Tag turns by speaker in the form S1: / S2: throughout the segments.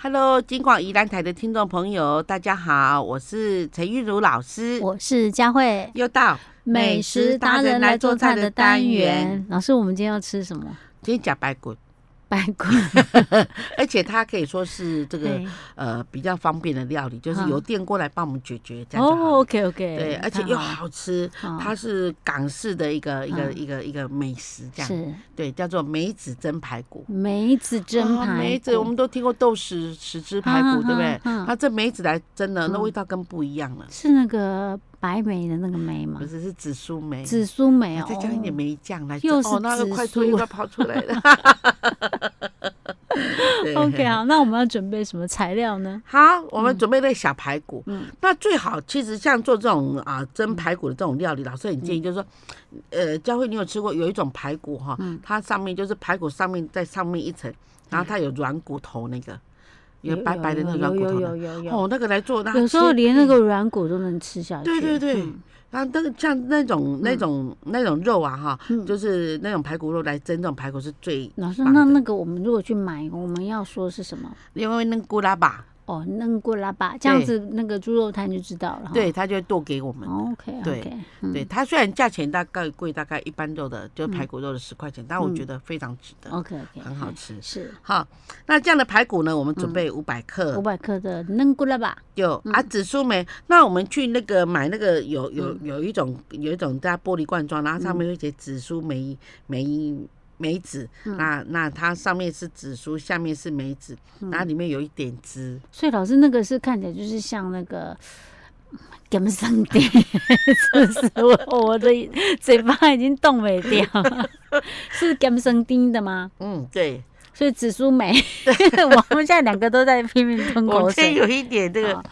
S1: Hello，金广宜兰台的听众朋友，大家好，我是陈玉茹老师，
S2: 我是佳慧，
S1: 又到
S2: 美食达人来做菜的单元。。老师，我们今天要吃 什么？
S1: 今天讲白滚，
S2: 白滚。
S1: 而且它可以说是这个
S2: 对
S1: 呃比较方便的料理，就是
S2: 嗯
S1: 由电锅来帮我们解决这样子好
S2: 哦
S1: 了。
S2: ，OK OK。
S1: 对，而且又好吃，
S2: 哦
S1: 它是港式的一个一个
S2: 嗯
S1: 一个一个美食，这样
S2: 是
S1: 对，叫做梅子蒸排骨。
S2: 梅子蒸
S1: 啊
S2: 排骨，
S1: 梅子我们都听过豆豉豉汁排
S2: 啊
S1: 骨，对不对？
S2: 啊啊
S1: 它这梅子来蒸了，那
S2: 嗯
S1: 味道更不一样了。
S2: 是那个白梅的那个梅吗
S1: 不？是，是紫苏梅，
S2: 紫苏梅
S1: 啊
S2: 哦，
S1: 再加一 点梅酱来蒸，
S2: 又是
S1: 哦，那个
S2: 紫
S1: 快
S2: 苏
S1: 吐又要跑出来 了。对
S2: OK，好，那我们要准备什么材料呢？
S1: 好，我们准备那个小排骨。
S2: 嗯
S1: 那最好其实像做这种啊蒸排骨的这种料理，老师很建
S2: 嗯
S1: 议，就是说，呃，佳慧你有吃过有一种排骨哈，
S2: 嗯
S1: 它上面就是排骨上面在上面一层，然后它有软骨头那个，有白白的那个软骨头
S2: 有有
S1: 的。
S2: 有有有，
S1: 哦，那个来做，那
S2: 有时候
S1: 切
S2: 连那个软骨都能吃下去。
S1: 对对对，
S2: 嗯
S1: 然后那个像那种那种那种肉啊哈，
S2: 嗯
S1: 就是那种排骨肉来蒸这种排骨是最，
S2: 老师，
S1: 棒
S2: 那
S1: 的
S2: 那个我们如果去买，我们要说是什么？
S1: 因为那个咕拉吧，
S2: 哦，嫩过拉巴，这样子那个猪肉摊就知道了哈。
S1: 对，他就会剁给我
S2: 哦
S1: 们。
S2: ，OK 嗯
S1: 对
S2: OK，
S1: 对，它虽然价钱大概贵，大概一般肉的就是排骨肉的十块钱，但我觉得非常值得，
S2: 嗯，OK OK，
S1: 很好吃。
S2: 嗯是
S1: 好，那这样的排骨呢，我们准备五百克
S2: 嗯五，百嗯克的嫩过拉巴，
S1: 有啊紫苏梅。那我们去那个买那个有有
S2: 嗯
S1: 有一种有一种在玻璃罐装，然后上面会写紫苏梅梅梅子，
S2: 嗯
S1: 那那它上面是紫苏，下面是梅子，
S2: 嗯
S1: 然后里面有一点汁，
S2: 所以老师那个是看起来就是像那个。给我们上帝， 是不是？我我的嘴巴已经冻没掉，是给我们上帝的吗？
S1: 嗯，对，
S2: 所以紫苏梅， 我们现在两个都在拼命吞
S1: 我
S2: 口
S1: 们先
S2: 水。
S1: 有一点这个
S2: 好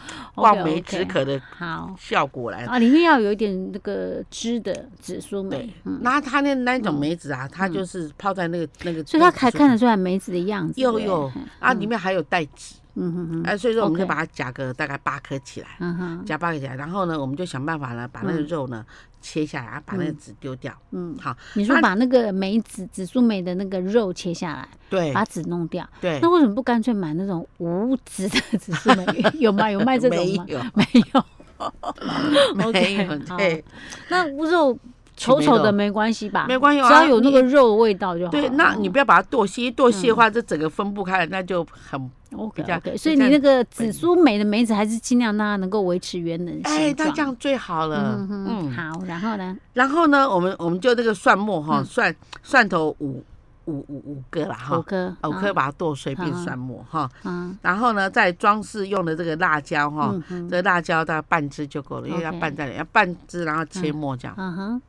S1: 望
S2: OK，
S1: 梅
S2: OK
S1: 止渴嗯的
S2: 好
S1: 效果来了。
S2: 啊，里面要有一点那个汁的紫苏梅嗯
S1: 对，，那它那那一种梅子啊，它就是泡在那个那个，
S2: 所以它
S1: 还
S2: 才看得出来梅子的样子。
S1: 有
S2: 对
S1: 有啊，里面还有带籽，
S2: 嗯哼哼，
S1: 哎，所以说我们就
S2: OK
S1: 把它夹个大概八颗起来，
S2: 嗯哼，
S1: 夹八颗起来，然后呢，我们就想办法呢，把那个肉呢切下来，啊把那个籽丢掉。
S2: 嗯，
S1: 好，
S2: 你说
S1: 那
S2: 把那个梅子、紫苏梅的那个肉切下来，
S1: 对
S2: 嗯把籽弄掉，
S1: 对
S2: 那，为什么不干脆买那种无籽的 紫苏梅？有吗？有卖这种
S1: 没
S2: 吗？
S1: 有
S2: 没有。
S1: 没
S2: OK，
S1: 有
S2: 好
S1: 对。
S2: 那肉丑丑的没关系吧？
S1: 没关系啊
S2: 只要有那个肉味道就好了。嗯
S1: 对，那你不要把它剁细，一剁细的话，这整个分不开来，那就很
S2: OK
S1: 比较
S2: OK，所以你那个紫苏梅的梅子还是尽量让它能够维持原能形状。
S1: 哎，那这样最好了。
S2: 嗯哼，
S1: 嗯，
S2: 好，然后呢？
S1: 然后呢，我们我们就这个蒜末哈，蒜蒜头五五五五个啦哈
S2: 嗯五，颗，
S1: 我哦可以
S2: 啊
S1: 把它剁碎变
S2: 好
S1: 蒜末哈，
S2: 嗯
S1: 然后呢，再装饰用的这个辣椒哈，
S2: 嗯哼
S1: 哦这辣椒大概半只就够了，因为要
S2: OK
S1: 拌在里，要半只，然后切末这样。
S2: 嗯哼，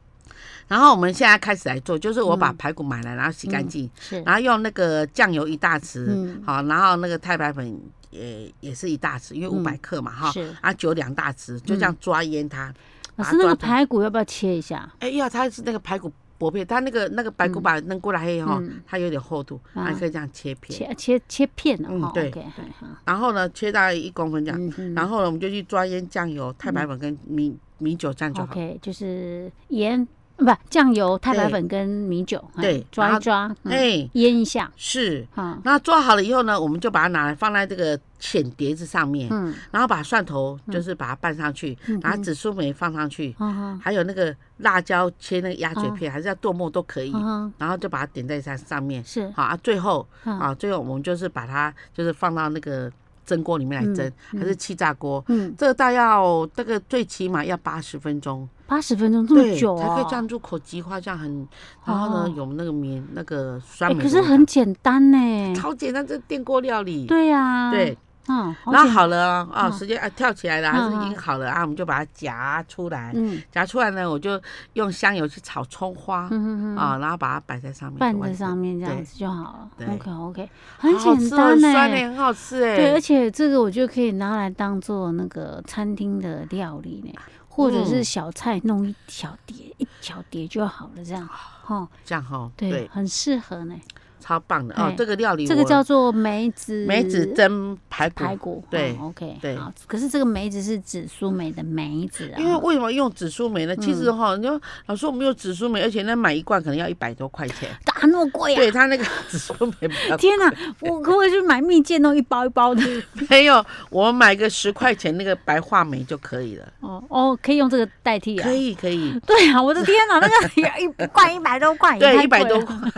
S1: 然后我们现在开始来做，就是我把排骨买来，然后洗干净，
S2: 是。
S1: 然后用那个酱油一大匙，
S2: 嗯
S1: 好，然后那个太白粉也也是一大匙，因为五
S2: 嗯
S1: 百克嘛哈
S2: 是，嗯
S1: 啊酒两大匙，就这样抓腌它。
S2: 老
S1: 把
S2: 师，那
S1: 它
S2: 个
S1: 抓
S2: 排骨要不要切一下？
S1: 哎呀，它是那个排骨薄片，它那个那个排骨把它弄过来以后
S2: 嗯，
S1: 它有点厚度，
S2: 啊
S1: 还可以这样切片。
S2: 切切切片了
S1: 嗯
S2: 哈。
S1: 对
S2: OK，好好
S1: 然后呢，切大概一公分这样，
S2: 嗯哼
S1: 然后呢，我们就去抓腌酱油、太白粉跟米米酒这样就好了。
S2: 嗯 OK，就是盐不酱油、太白
S1: 对
S2: 粉跟米酒，哎
S1: 对然
S2: 抓
S1: 后
S2: 一抓，嗯
S1: 哎，
S2: 腌一下，
S1: 是。
S2: 哈，
S1: 那做好了以后呢，我们就把它拿来放在这个浅碟子上面，
S2: 嗯，
S1: 然后把蒜头就是把它拌上去，然后紫苏梅放上去，
S2: 哈哈
S1: 还有那个辣椒切那个鸭
S2: 哦
S1: 嘴片，还是要剁末都可以，
S2: 哈哈，
S1: 然后就把它点在上上面。
S2: 哦是，
S1: 好啊，最后
S2: 嗯
S1: 啊，最后我们就是把它就是放到那个蒸锅里面来蒸，还是气炸锅。
S2: 嗯，
S1: 这个大要这个最起码要八十分钟，
S2: 八十分钟这么久
S1: 才可以这
S2: 哦。
S1: 样入口即化，这样很，然后呢、
S2: 哦
S1: 有那个棉那个酸
S2: 哎，
S1: 梅的
S2: 可
S1: 味
S2: 是
S1: 道、
S2: 很简单呢。
S1: 超简单，这电锅料理。
S2: 对呀，
S1: 对，
S2: 嗯，好
S1: 然后
S2: 简
S1: 好了啊，啊
S2: 嗯
S1: 时间啊跳起来了，还是已
S2: 嗯
S1: 经好了啊，我们就把它夹出来，
S2: 嗯
S1: 夹出来呢，我就用香油去炒葱花
S2: 嗯哼哼，
S1: 啊，然后把它摆在上面，
S2: 拌
S1: 完
S2: 在
S1: 成
S2: 上面这样
S1: 对
S2: 子就好了
S1: 对。
S2: OK OK，
S1: 好
S2: 很
S1: 好
S2: 简
S1: 吃哦很
S2: 单
S1: 酸
S2: 呢。
S1: 欸，很好吃哎，
S2: 对，而且这个我就可以拿来当做那个餐厅的料理呢，或者是
S1: 嗯
S2: 小菜弄一
S1: 啊
S2: 小碟、一小碟就好了，这样哦，
S1: 这样哈，
S2: 对，很适合呢。
S1: 超棒的哦
S2: 哎。
S1: 这个料理
S2: 这个
S1: 我
S2: 叫做梅子
S1: 梅子蒸排骨
S2: 排，骨，
S1: 对
S2: 哦，OK，
S1: 对
S2: 好。可是这个梅子是紫苏梅的梅子啊，嗯
S1: 因为为什么用紫苏梅呢？其实哈，你说老师我们用紫苏梅，而且那买一罐可能要一百多块钱，
S2: 打那么贵啊！
S1: 对他那个紫苏梅比较
S2: 天哪、我可不可以去买蜜饯弄一包一包的？
S1: 没有，我买个十块钱那个白话梅就可以了，
S2: 哦哦，可以用这个代替啊？
S1: 可以可 以，
S2: 对啊，我的天哪、那个也一罐一百多块，
S1: 对，一百多块
S2: 块，，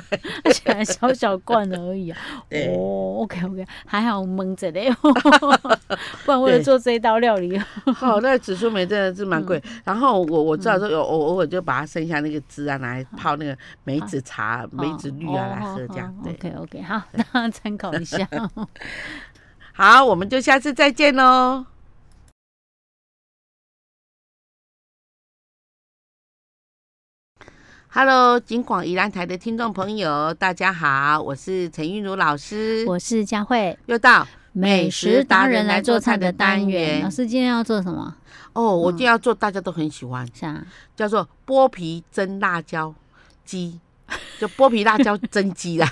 S2: 而且还小小罐而已啊。
S1: 对
S2: 哦，OK OK，还好我蒙着 嘞，不然为了
S1: 对
S2: 做这一道料理，
S1: 好，哦那紫苏梅真的是蛮 贵。然后我我知道说有偶偶尔就把它剩下那个汁啊，拿来
S2: 嗯
S1: 泡那个梅子茶、梅子绿
S2: 哦
S1: 啊来喝这样。对，
S2: OK OK，好，大家参考 一下。
S1: 好，我们就下次再见喽。Hello，金广宜兰台的听众朋友，大家好，我是陈韵如老师，
S2: 我是佳慧，
S1: 又到
S2: 美食达人来做菜的单元。嗯老师今天要做什么？
S1: 哦，我就要做大家都很喜欢，
S2: 是啊，
S1: 叫做剥皮蒸辣椒鸡，就剥皮辣椒蒸鸡 啦。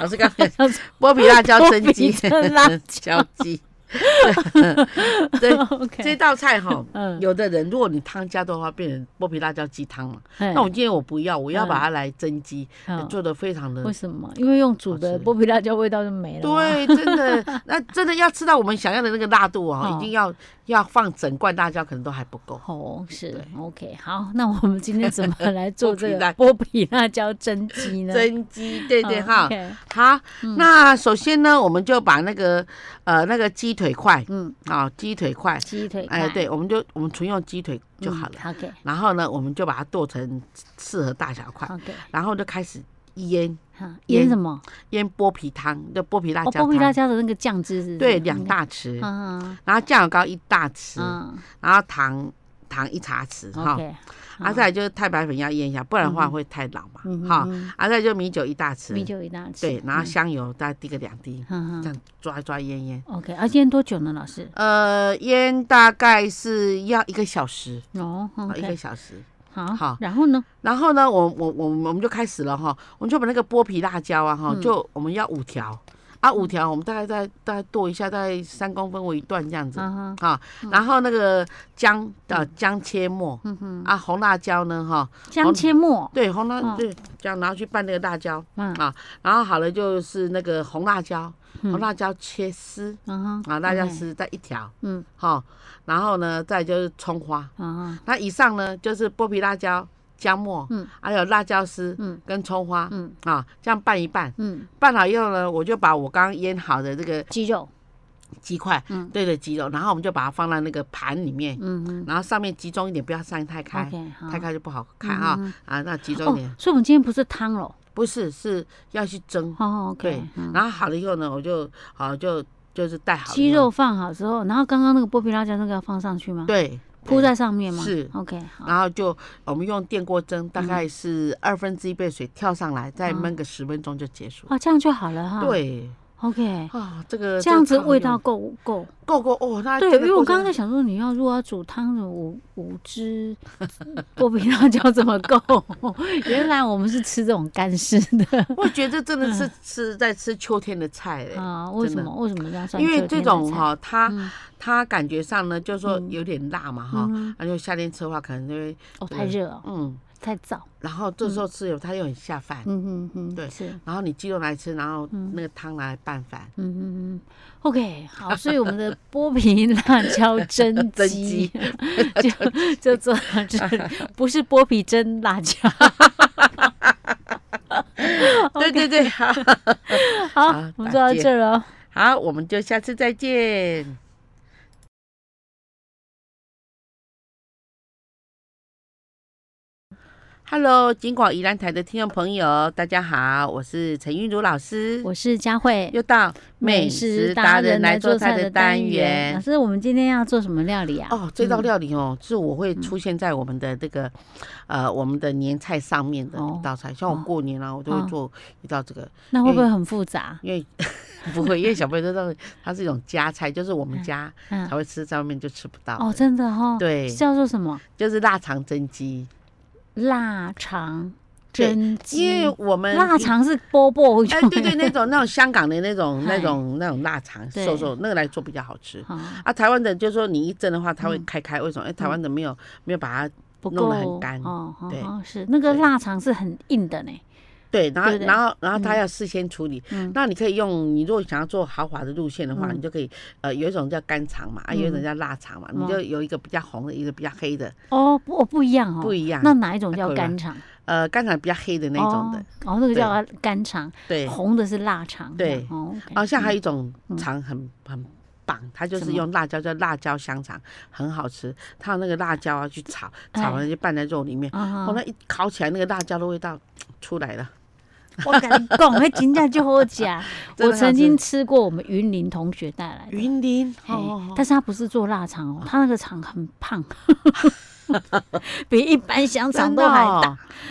S1: 老师刚才
S2: 要做
S1: 剥皮辣椒蒸鸡， 嗯
S2: 剥皮蒸辣
S1: 椒鸡。对，这
S2: OK，
S1: 道菜哈，
S2: 嗯，
S1: 有的人如果你汤加多的话，变成剥皮辣椒鸡汤了。
S2: 那
S1: 那我今天我不要，
S2: 嗯
S1: 我要把它来蒸鸡，做的非常的
S2: 为。什么？因为用煮的剥皮辣椒味道就没了。，
S1: 对，真的，那真的要吃到我们想要的那个辣度哦，
S2: 哦
S1: 一定要要放整罐辣椒，可能都还不够。
S2: 哦，是
S1: 对
S2: OK。好，那我们今天怎么 来做这个
S1: 剥
S2: 剥皮辣椒蒸鸡呢？
S1: 蒸鸡， 对对
S2: 嗯
S1: 哈。
S2: OK，嗯
S1: 好，那首先呢，我们就把那个呃那个鸡腿块
S2: 嗯，
S1: 啊，鸡腿块，
S2: 鸡腿
S1: 哎，
S2: 块
S1: 对，我们就我们纯用鸡腿就好了。
S2: 嗯 OK
S1: 然后呢，我们就把它剁成适合大小块，
S2: OK，
S1: 然后就开始腌
S2: 好，
S1: 腌
S2: 腌什么？
S1: 腌剥皮汤，就剥皮辣
S2: 哦，
S1: 椒
S2: 剥皮辣
S1: 汤，
S2: 椒的那个酱汁是？
S1: 对，两。大匙，
S2: 啊
S1: 然后酱油膏一大匙，
S2: 啊
S1: 然后糖糖一茶匙哈，
S2: ，OK，
S1: 啊，再来就是太白粉要腌一下，不然的话会太老嘛
S2: 嗯哼
S1: 哈
S2: 嗯，
S1: 啊，再来就米酒一大匙，
S2: 米酒一大匙。
S1: 对，然后香油大概滴个两滴，
S2: 嗯，
S1: 这
S2: 嗯
S1: 样抓一抓腌腌。
S2: OK，啊，腌多久呢，老师？
S1: 呃，腌大概是要一个小时，
S2: 哦
S1: 啊，一个
S2: ，OK，
S1: 小时。
S2: 好，
S1: 好
S2: 然后呢？
S1: 然后呢，我我我我们就开始了哈，我们就把那个剥皮辣椒啊哈，就我们要五条啊，五条我们大概再大概剁一下，大概三公分为一段这样子。
S2: 啊哈，
S1: 啊，然后那个姜的姜切末，啊，红辣椒呢哈，
S2: 姜嗯切末，
S1: 对，红辣
S2: 哦
S1: 对，这样然后去拌那个辣椒
S2: 嗯
S1: 啊，然后好了就是那个红辣椒，红辣椒切丝
S2: 啊哈，
S1: 啊，辣椒
S2: OK
S1: 丝再一条，
S2: 嗯，
S1: 好，然后呢再就是葱花，
S2: 啊
S1: 那以上呢就是剥皮辣椒、姜末，
S2: 嗯，
S1: 还有辣椒丝，
S2: 嗯，
S1: 跟葱花，
S2: 嗯，
S1: 啊，这样拌一拌，
S2: 嗯，
S1: 拌好以后呢，我就把我刚刚腌好的这个
S2: 鸡肉，
S1: 鸡块，
S2: 嗯
S1: 对的鸡肉，然后我们就把它放到那个盘里面，
S2: 嗯哼
S1: 然后上面集中一点，不要散太开。
S2: ，OK，好。嗯
S1: 太开就不好看啊、啊！那集中一
S2: 哦
S1: 点，，
S2: 所以我们今天不是汤喽，
S1: 不是是要去蒸，
S2: 哦
S1: 对
S2: ，OK，嗯。
S1: 然后好了以后呢，我就好就就是带好了
S2: 鸡
S1: 以后
S2: 肉放好之后，然后刚刚那个剥皮辣椒那个要放上去吗？，
S1: 对
S2: 铺
S1: 对
S2: 在上面吗？
S1: 是
S2: ，OK，好，
S1: 然后就我们用电锅蒸，
S2: 嗯
S1: 大概是二分之一杯水跳上来，再焖个十分钟就结束。
S2: 哦，这样就好了哈。
S1: 对
S2: ，OK，
S1: 啊，这个
S2: 这样子
S1: 个汤
S2: 味道
S1: 用
S2: 够够。
S1: 够够哦。那
S2: 对，
S1: 这
S2: 因
S1: 个
S2: 为我
S1: 够
S2: 刚
S1: 够
S2: 刚在想说，你要如果要煮汤的五五只剥皮辣椒怎么够？ 原来我们是吃这种干式的
S1: 我觉得真的是
S2: 嗯
S1: 吃在吃秋天的菜嘞，
S2: 啊？为什
S1: 真的
S2: 么？为什么这样算
S1: 因
S2: 秋天
S1: 为
S2: 的菜？嗯
S1: 这种哈，它它感觉上呢，就是说有点辣嘛哈，
S2: 嗯
S1: 那就夏天吃的话，可能就会
S2: 哦，太热哦，
S1: 嗯，
S2: 太燥。
S1: 然后这时候吃有它又很下饭，
S2: 嗯嗯嗯，
S1: 对
S2: 是。
S1: 然后你鸡肉拿来吃，然后那个汤拿来拌饭。
S2: 嗯嗯嗯，OK，好，所以我们的剥皮辣椒蒸
S1: 蒸
S2: 鸡就 就做到这 里，不是剥皮蒸辣椒。嗯
S1: 对对对，好，
S2: 好
S1: 好，
S2: 我们
S1: 再
S2: 做到
S1: 见
S2: 这儿哦。
S1: 好，我们就下次再见。Hello，金广宜兰台的听众朋友，大家好，我是陈韵如老师，
S2: 我是佳慧，
S1: 又到
S2: 老。师，我们今天要做什么料理啊？
S1: 哦，这道料理哦，是我会出
S2: 嗯
S1: 现在我们的这个，呃，我们的年菜上面的
S2: 哦
S1: 一道菜。像我
S2: 哦
S1: 过年啊，我都
S2: 哦
S1: 会做一道这个，
S2: 嗯那会不会很复杂？
S1: 因为 不会，因为小朋友都知道它是一种家菜，就是我们家
S2: 嗯
S1: 才，会吃，在外面就吃不到。
S2: 哦，真的哈、哦，
S1: 对
S2: 是叫做什么
S1: 就是腊肠蒸鸡，
S2: 腊肠蒸
S1: 因
S2: 鸡
S1: 为。我们
S2: 腊
S1: 平
S2: 肠是波波，
S1: 哎，对对，那种那种香港的那种那
S2: 嗨
S1: 种那种腊肠，
S2: 对
S1: 瘦瘦那个来做比较好吃。
S2: 啊
S1: 啊，台湾的就是说你一蒸的话，它
S2: 嗯
S1: 会开开，为什么？哎，台湾的没有没有把它
S2: 不
S1: 弄
S2: 够
S1: 得很干
S2: 哦，哦
S1: 对
S2: 哦是那个
S1: 对
S2: 腊肠是很硬的呢，
S1: 对，然后
S2: 对不对
S1: 然后然后它要事先处理。
S2: 嗯
S1: 那你可以用，你如果想要做豪华的路线的话，
S2: 嗯
S1: 你就可以呃有一种叫干肠嘛，啊有一种叫腊肠嘛，
S2: 嗯
S1: 你就有一个比较红的，一个比较黑的，
S2: 哦不哦不一样哦，
S1: 不一样
S2: 那哪一种
S1: 那
S2: 叫
S1: 可以
S2: 干肠？
S1: 呃干肠比较黑的那种的，
S2: 哦，哦那个叫干肠，
S1: 对。
S2: 红的是腊肠，
S1: 对
S2: 这样哦，OK，
S1: 好像还有一种肠很很棒，它就
S2: 什
S1: 是
S2: 么
S1: 用辣椒叫辣椒香肠，很好吃。它有那个辣椒啊去炒，
S2: 哎
S1: 炒完了就拌在肉里面，
S2: 啊
S1: 后来一烤起来，那个辣椒的味道出来了。
S2: 我跟你讲，那真正就好吃。啊
S1: 真的
S2: 我
S1: 好
S2: 曾经吃过我们云林同学带来的，
S1: 云林，
S2: 嘿
S1: 哦，
S2: 但是他不是做腊肠哦，他那个肠很 胖，比一般香肠都还大。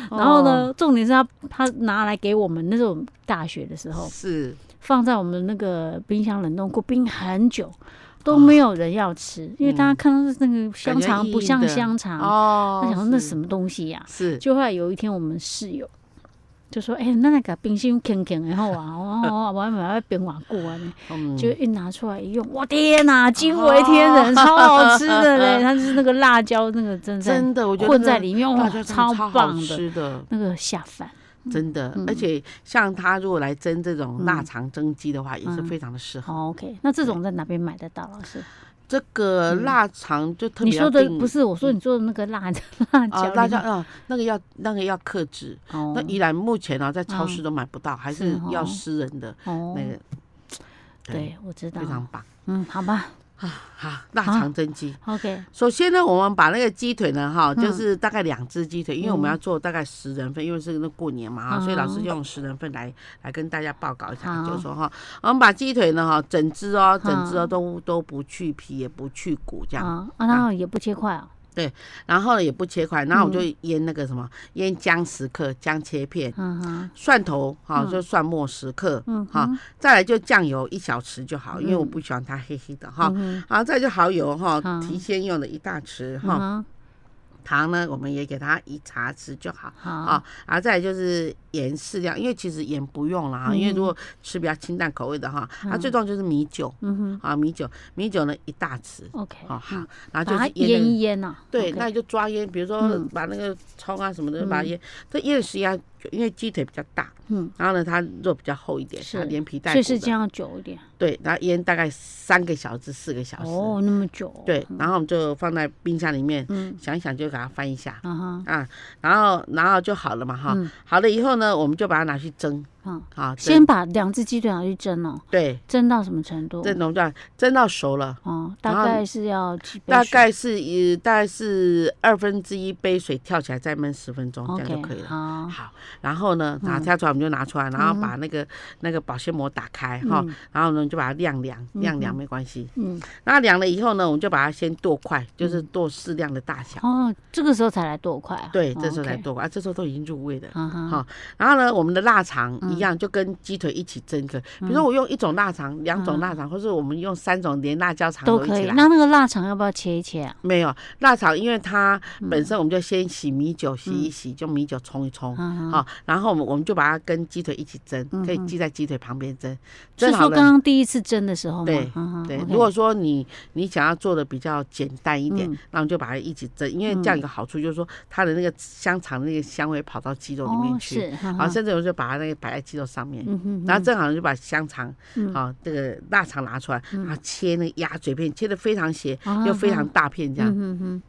S1: 哦
S2: 然后呢，重点是他他拿来给我们那种大学的时候，
S1: 是
S2: 放在我们那个冰箱冷冻库冰很久。都没有人要吃，因为大家看到那个香肠不像香肠，
S1: 哦
S2: 他想说那
S1: 是
S2: 什么东西呀、
S1: 是
S2: 就后来有一天，我们室友就说：“哎、那那个冰箱啃啃然后啊，哦，我要买要冰瓦固啊，
S1: 嗯
S2: 就一拿出来一用，我天哪、惊为天人，超好吃的嘞！它就是那个辣椒，那个真
S1: 真
S2: 的
S1: 的，我觉得
S2: 混在里面，
S1: 那辣
S2: 哇
S1: 椒，真的
S2: 超
S1: 超好
S2: 棒的，
S1: 吃的。
S2: 那个下饭
S1: 真的，
S2: 嗯
S1: 而且像它如果来蒸这种
S2: 嗯
S1: 腊肠蒸鸡的话，也是
S2: 嗯
S1: 非常的适合。
S2: 好 OK。那这种在哪边买得到，老师？
S1: 这个腊肠就特
S2: 嗯你
S1: 别要
S2: 说的
S1: 定
S2: 不是我说你做的那个辣辣椒
S1: 啊，
S2: 里
S1: 辣椒
S2: 面
S1: 啊，那个要那个要克制。那
S2: 哦
S1: 依然目前啊，在超市
S2: 嗯
S1: 都买不到，还
S2: 是
S1: 是
S2: 哦
S1: 要私人的
S2: 哦
S1: 那，个。
S2: 对，我知道
S1: 非，常棒
S2: 嗯，好吧
S1: 啊！腊肠蒸鸡。
S2: ，OK，
S1: 首先呢，我们把那个鸡腿呢，哈，就
S2: 嗯
S1: 是大概两只鸡腿，因为我们
S2: 嗯
S1: 要做大概十人份，因为是那过年嘛哈，所以老师
S2: 哦
S1: 用十人份来来跟大家报告一下，
S2: 好
S1: 就是说哈，我们把鸡腿呢哈，整只
S2: 嗯
S1: 哦，整只哦都都不去皮也不去骨这样，
S2: 啊啊，然后也不切块哦，
S1: 然后呢也不切块，然后
S2: 嗯
S1: 我就腌那个什么腌姜十克，姜切片，
S2: 嗯哼，
S1: 蒜头哈就蒜末十克，
S2: 嗯
S1: 哈
S2: 哼，
S1: 再来就酱油一小匙就好，因为我不喜欢它黑黑的哈。
S2: 嗯
S1: 好，再就蚝油哈
S2: 好，
S1: 提鲜用的一大匙
S2: 哼，
S1: 哈，
S2: 嗯
S1: 糖呢我们也给它一茶匙就好。
S2: 哼，好
S1: 啊，，然后再来就是盐适量，因为其实盐不用啦，哈，
S2: 嗯
S1: 因为如果吃比较清淡口味的哈，啊，最重要就是米酒
S2: 嗯哼
S1: 啊，米酒，米酒呢一大匙，
S2: ，OK，
S1: 哦好
S2: 嗯，
S1: 然后
S2: 把
S1: 就
S2: 它
S1: 是腌那
S2: 腌
S1: 个
S2: 一腌呐，
S1: 对，
S2: OK
S1: 那你就抓腌，比如说
S2: 嗯
S1: 把那个葱啊什么的把它腌，这腌的时间因为鸡腿比较大，
S2: 嗯，
S1: 然后呢它肉比较厚一点，
S2: 是
S1: 它连皮带
S2: 所
S1: 骨
S2: 以是
S1: 的
S2: 这样久一点
S1: 对，然后腌大概三个小时、四个小时。
S2: 哦，那么久
S1: 啊对，然后我们就放在冰箱里面，
S2: 嗯
S1: 想一想就给它翻一下
S2: 啊哈，
S1: 啊，然后然后就好了嘛哈。
S2: 嗯
S1: 好了以后呢，我们就把它拿去蒸
S2: 嗯，
S1: 啊，蒸
S2: 先把两只鸡腿拿去蒸哦，
S1: 对
S2: 蒸到什么程度？
S1: 蒸笼状蒸到熟了，
S2: 哦，
S1: 然
S2: 大
S1: 后
S2: 概是要几杯
S1: 大
S2: 水
S1: 概是一大概是二分之一杯水跳起来，再焖十分钟，这样就可以
S2: OK
S1: 了。
S2: 好，嗯
S1: 好，然后呢，拿跳出来我们就拿出来，然后把那个那个保鲜膜打开哈，然后呢就把它晾凉，晾凉没关系。
S2: 嗯，
S1: 那凉了以后呢，我们就把它先剁块，就是剁适量的大小。
S2: 哦，这个时候才来剁块啊，
S1: 对，
S2: 哦
S1: 这时候才
S2: ，OK，
S1: 剁块，啊，这时候都已经入味了。
S2: 啊哈，
S1: 好，然后呢，我们的腊肠
S2: 嗯
S1: 一样，就跟鸡腿一起蒸着。比如说，我用一种腊肠、两种腊肠，或是我们用三种，连辣椒肠
S2: 嗯都
S1: 都一
S2: 可
S1: 起
S2: 以。
S1: 来。
S2: 那那个腊肠要不要切一切啊？
S1: 没有腊肠，因为它
S2: 嗯
S1: 本身我们就先洗米酒，洗一洗，就米酒冲一冲。
S2: 啊哈，
S1: 哦好，然后我们我们就把它跟鸡腿一起蒸，可以
S2: 嗯嗯
S1: 系在鸡腿旁边蒸。
S2: 是
S1: 蒸好
S2: 说
S1: 了
S2: 刚刚第一次蒸的时候吗？
S1: 对
S2: 嗯哼
S1: 对，
S2: ，OK
S1: 如果说你你想要做的比较简单一点
S2: 嗯，
S1: 那我们就把它一起蒸，因为这样一个好处就是说，它的那个香肠的那个香味跑到鸡肉里
S2: 哦
S1: 面去，
S2: 是，
S1: 好，
S2: 啊哈，
S1: 甚至我就把它那个摆在鸡肉上面。
S2: 嗯哼
S1: 然后
S2: 哼
S1: 正好就把香肠，
S2: 嗯
S1: 好、这个腊肠拿出来，然后切那个鸭嘴片，切的非常斜
S2: 啊
S1: 又非
S2: 哈
S1: 常大片这样。
S2: 嗯哼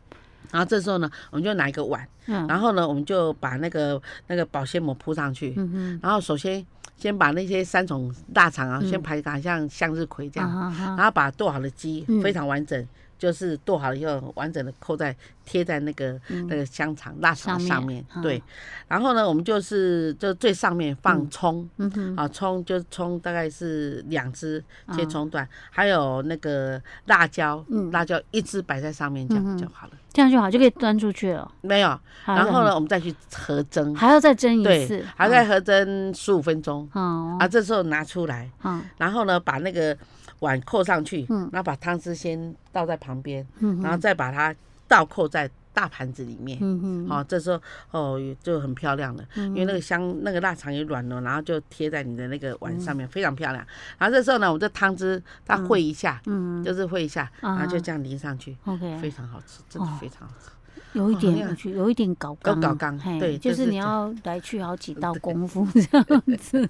S1: 然后这时候呢，我们就拿一个碗，
S2: 哼，
S1: 然后呢，我们就把那个那个保鲜膜铺上去。
S2: 嗯哼。
S1: 然后首先先把那些三种腊肠啊，先排好像向日葵这样，
S2: 嗯啊哈哈
S1: 然后把剁好的鸡、
S2: 嗯
S1: 非常完整，就是剁好了以后完整的扣在贴在那个、那个香肠腊肠的上
S2: 嗯上
S1: 面
S2: 面。嗯
S1: 对，然后呢，我们就是就最上面放葱。
S2: 嗯哼，
S1: 啊，葱就葱大概是两只切
S2: 啊
S1: 葱段，还有那个辣椒，
S2: 嗯
S1: 辣椒一只摆在上面这
S2: 嗯
S1: 样
S2: 哼
S1: 就好了。
S2: 这样就好，就可以端出去了。
S1: 没有，
S2: 好
S1: 然后
S2: 这
S1: 呢，
S2: 样
S1: 我们再去合蒸，
S2: 还要再蒸一
S1: 对
S2: 次，，
S1: 还在合蒸十五分钟
S2: 嗯
S1: 啊。这时候拿出来，
S2: 嗯
S1: 然后呢，把那个碗扣上去，
S2: 嗯
S1: 然后把汤汁先倒在旁边，
S2: 嗯
S1: 然后再把它倒扣在大盘子里面。
S2: 嗯哼，
S1: 好、这时候哦就很漂亮了，因为那个香那个腊肠也软了，然后就贴在你的那个碗
S2: 嗯
S1: 上面，非常漂亮。然后这时候呢，我们这汤汁它烩一下，
S2: 嗯
S1: 就是烩一下，然后就
S2: 啊
S1: 这样淋上去，非
S2: ，OK，
S1: 常好吃，真的
S2: 哦
S1: 非常好吃。
S2: 有一
S1: 哦那
S2: 点
S1: 个
S2: 我觉得有一点搞
S1: 搞
S2: 纲
S1: 搞
S2: 啊
S1: 纲
S2: 嘿
S1: 对
S2: 就
S1: 就是
S2: 你
S1: 这
S2: 要来去好几道功夫这样子，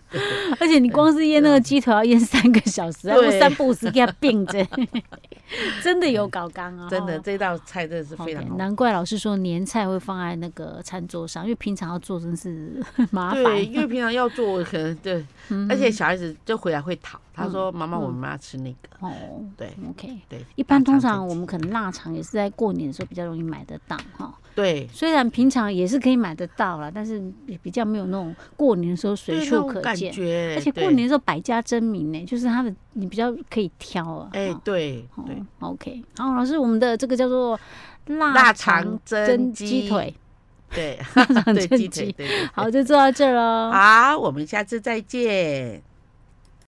S2: 而且你光是腌那个鸡腿要腌三个小时，要不
S1: 对
S2: 三不五时给它并着， 真的有搞纲
S1: 嗯
S2: 啊，
S1: 真的
S2: 哦。
S1: 这道菜真的是
S2: 好
S1: 非常
S2: 的
S1: 好吃。
S2: 难怪老师说年菜会放在那个餐桌上，因为平常要做真是麻烦。
S1: 对，因为平常要做，我可能对，
S2: 嗯
S1: 而且小孩子就回来会讨，他说：“妈妈，
S2: 嗯
S1: 我们要吃那个。
S2: 哦”
S1: 对
S2: ，OK，
S1: 对，
S2: 一般
S1: 大
S2: 通
S1: 肠
S2: 常我们可能腊肠也是在过年的时候比较容易买得到哈。
S1: 对
S2: 虽然平常也是可以买得到啦，但是也比较没有那种过年的时候随
S1: 对那
S2: 处
S1: 种
S2: 可
S1: 感
S2: 见，
S1: 觉，
S2: 而且过
S1: 对
S2: 年的时候百家争鸣呢、就是它的你比较可以挑啊。
S1: 哎
S2: 哦，
S1: 对
S2: 哦
S1: 对，
S2: ，OK，好，老师，我们的这个叫做腊
S1: 腊肠
S2: 蒸
S1: 蒸
S2: 鸡
S1: 鸡
S2: 腿，
S1: 对
S2: 肠
S1: 对
S2: 蒸
S1: 鸡
S2: 鸡
S1: 腿，对对对
S2: 好，就做到这儿喽。
S1: 好，我们下次再见。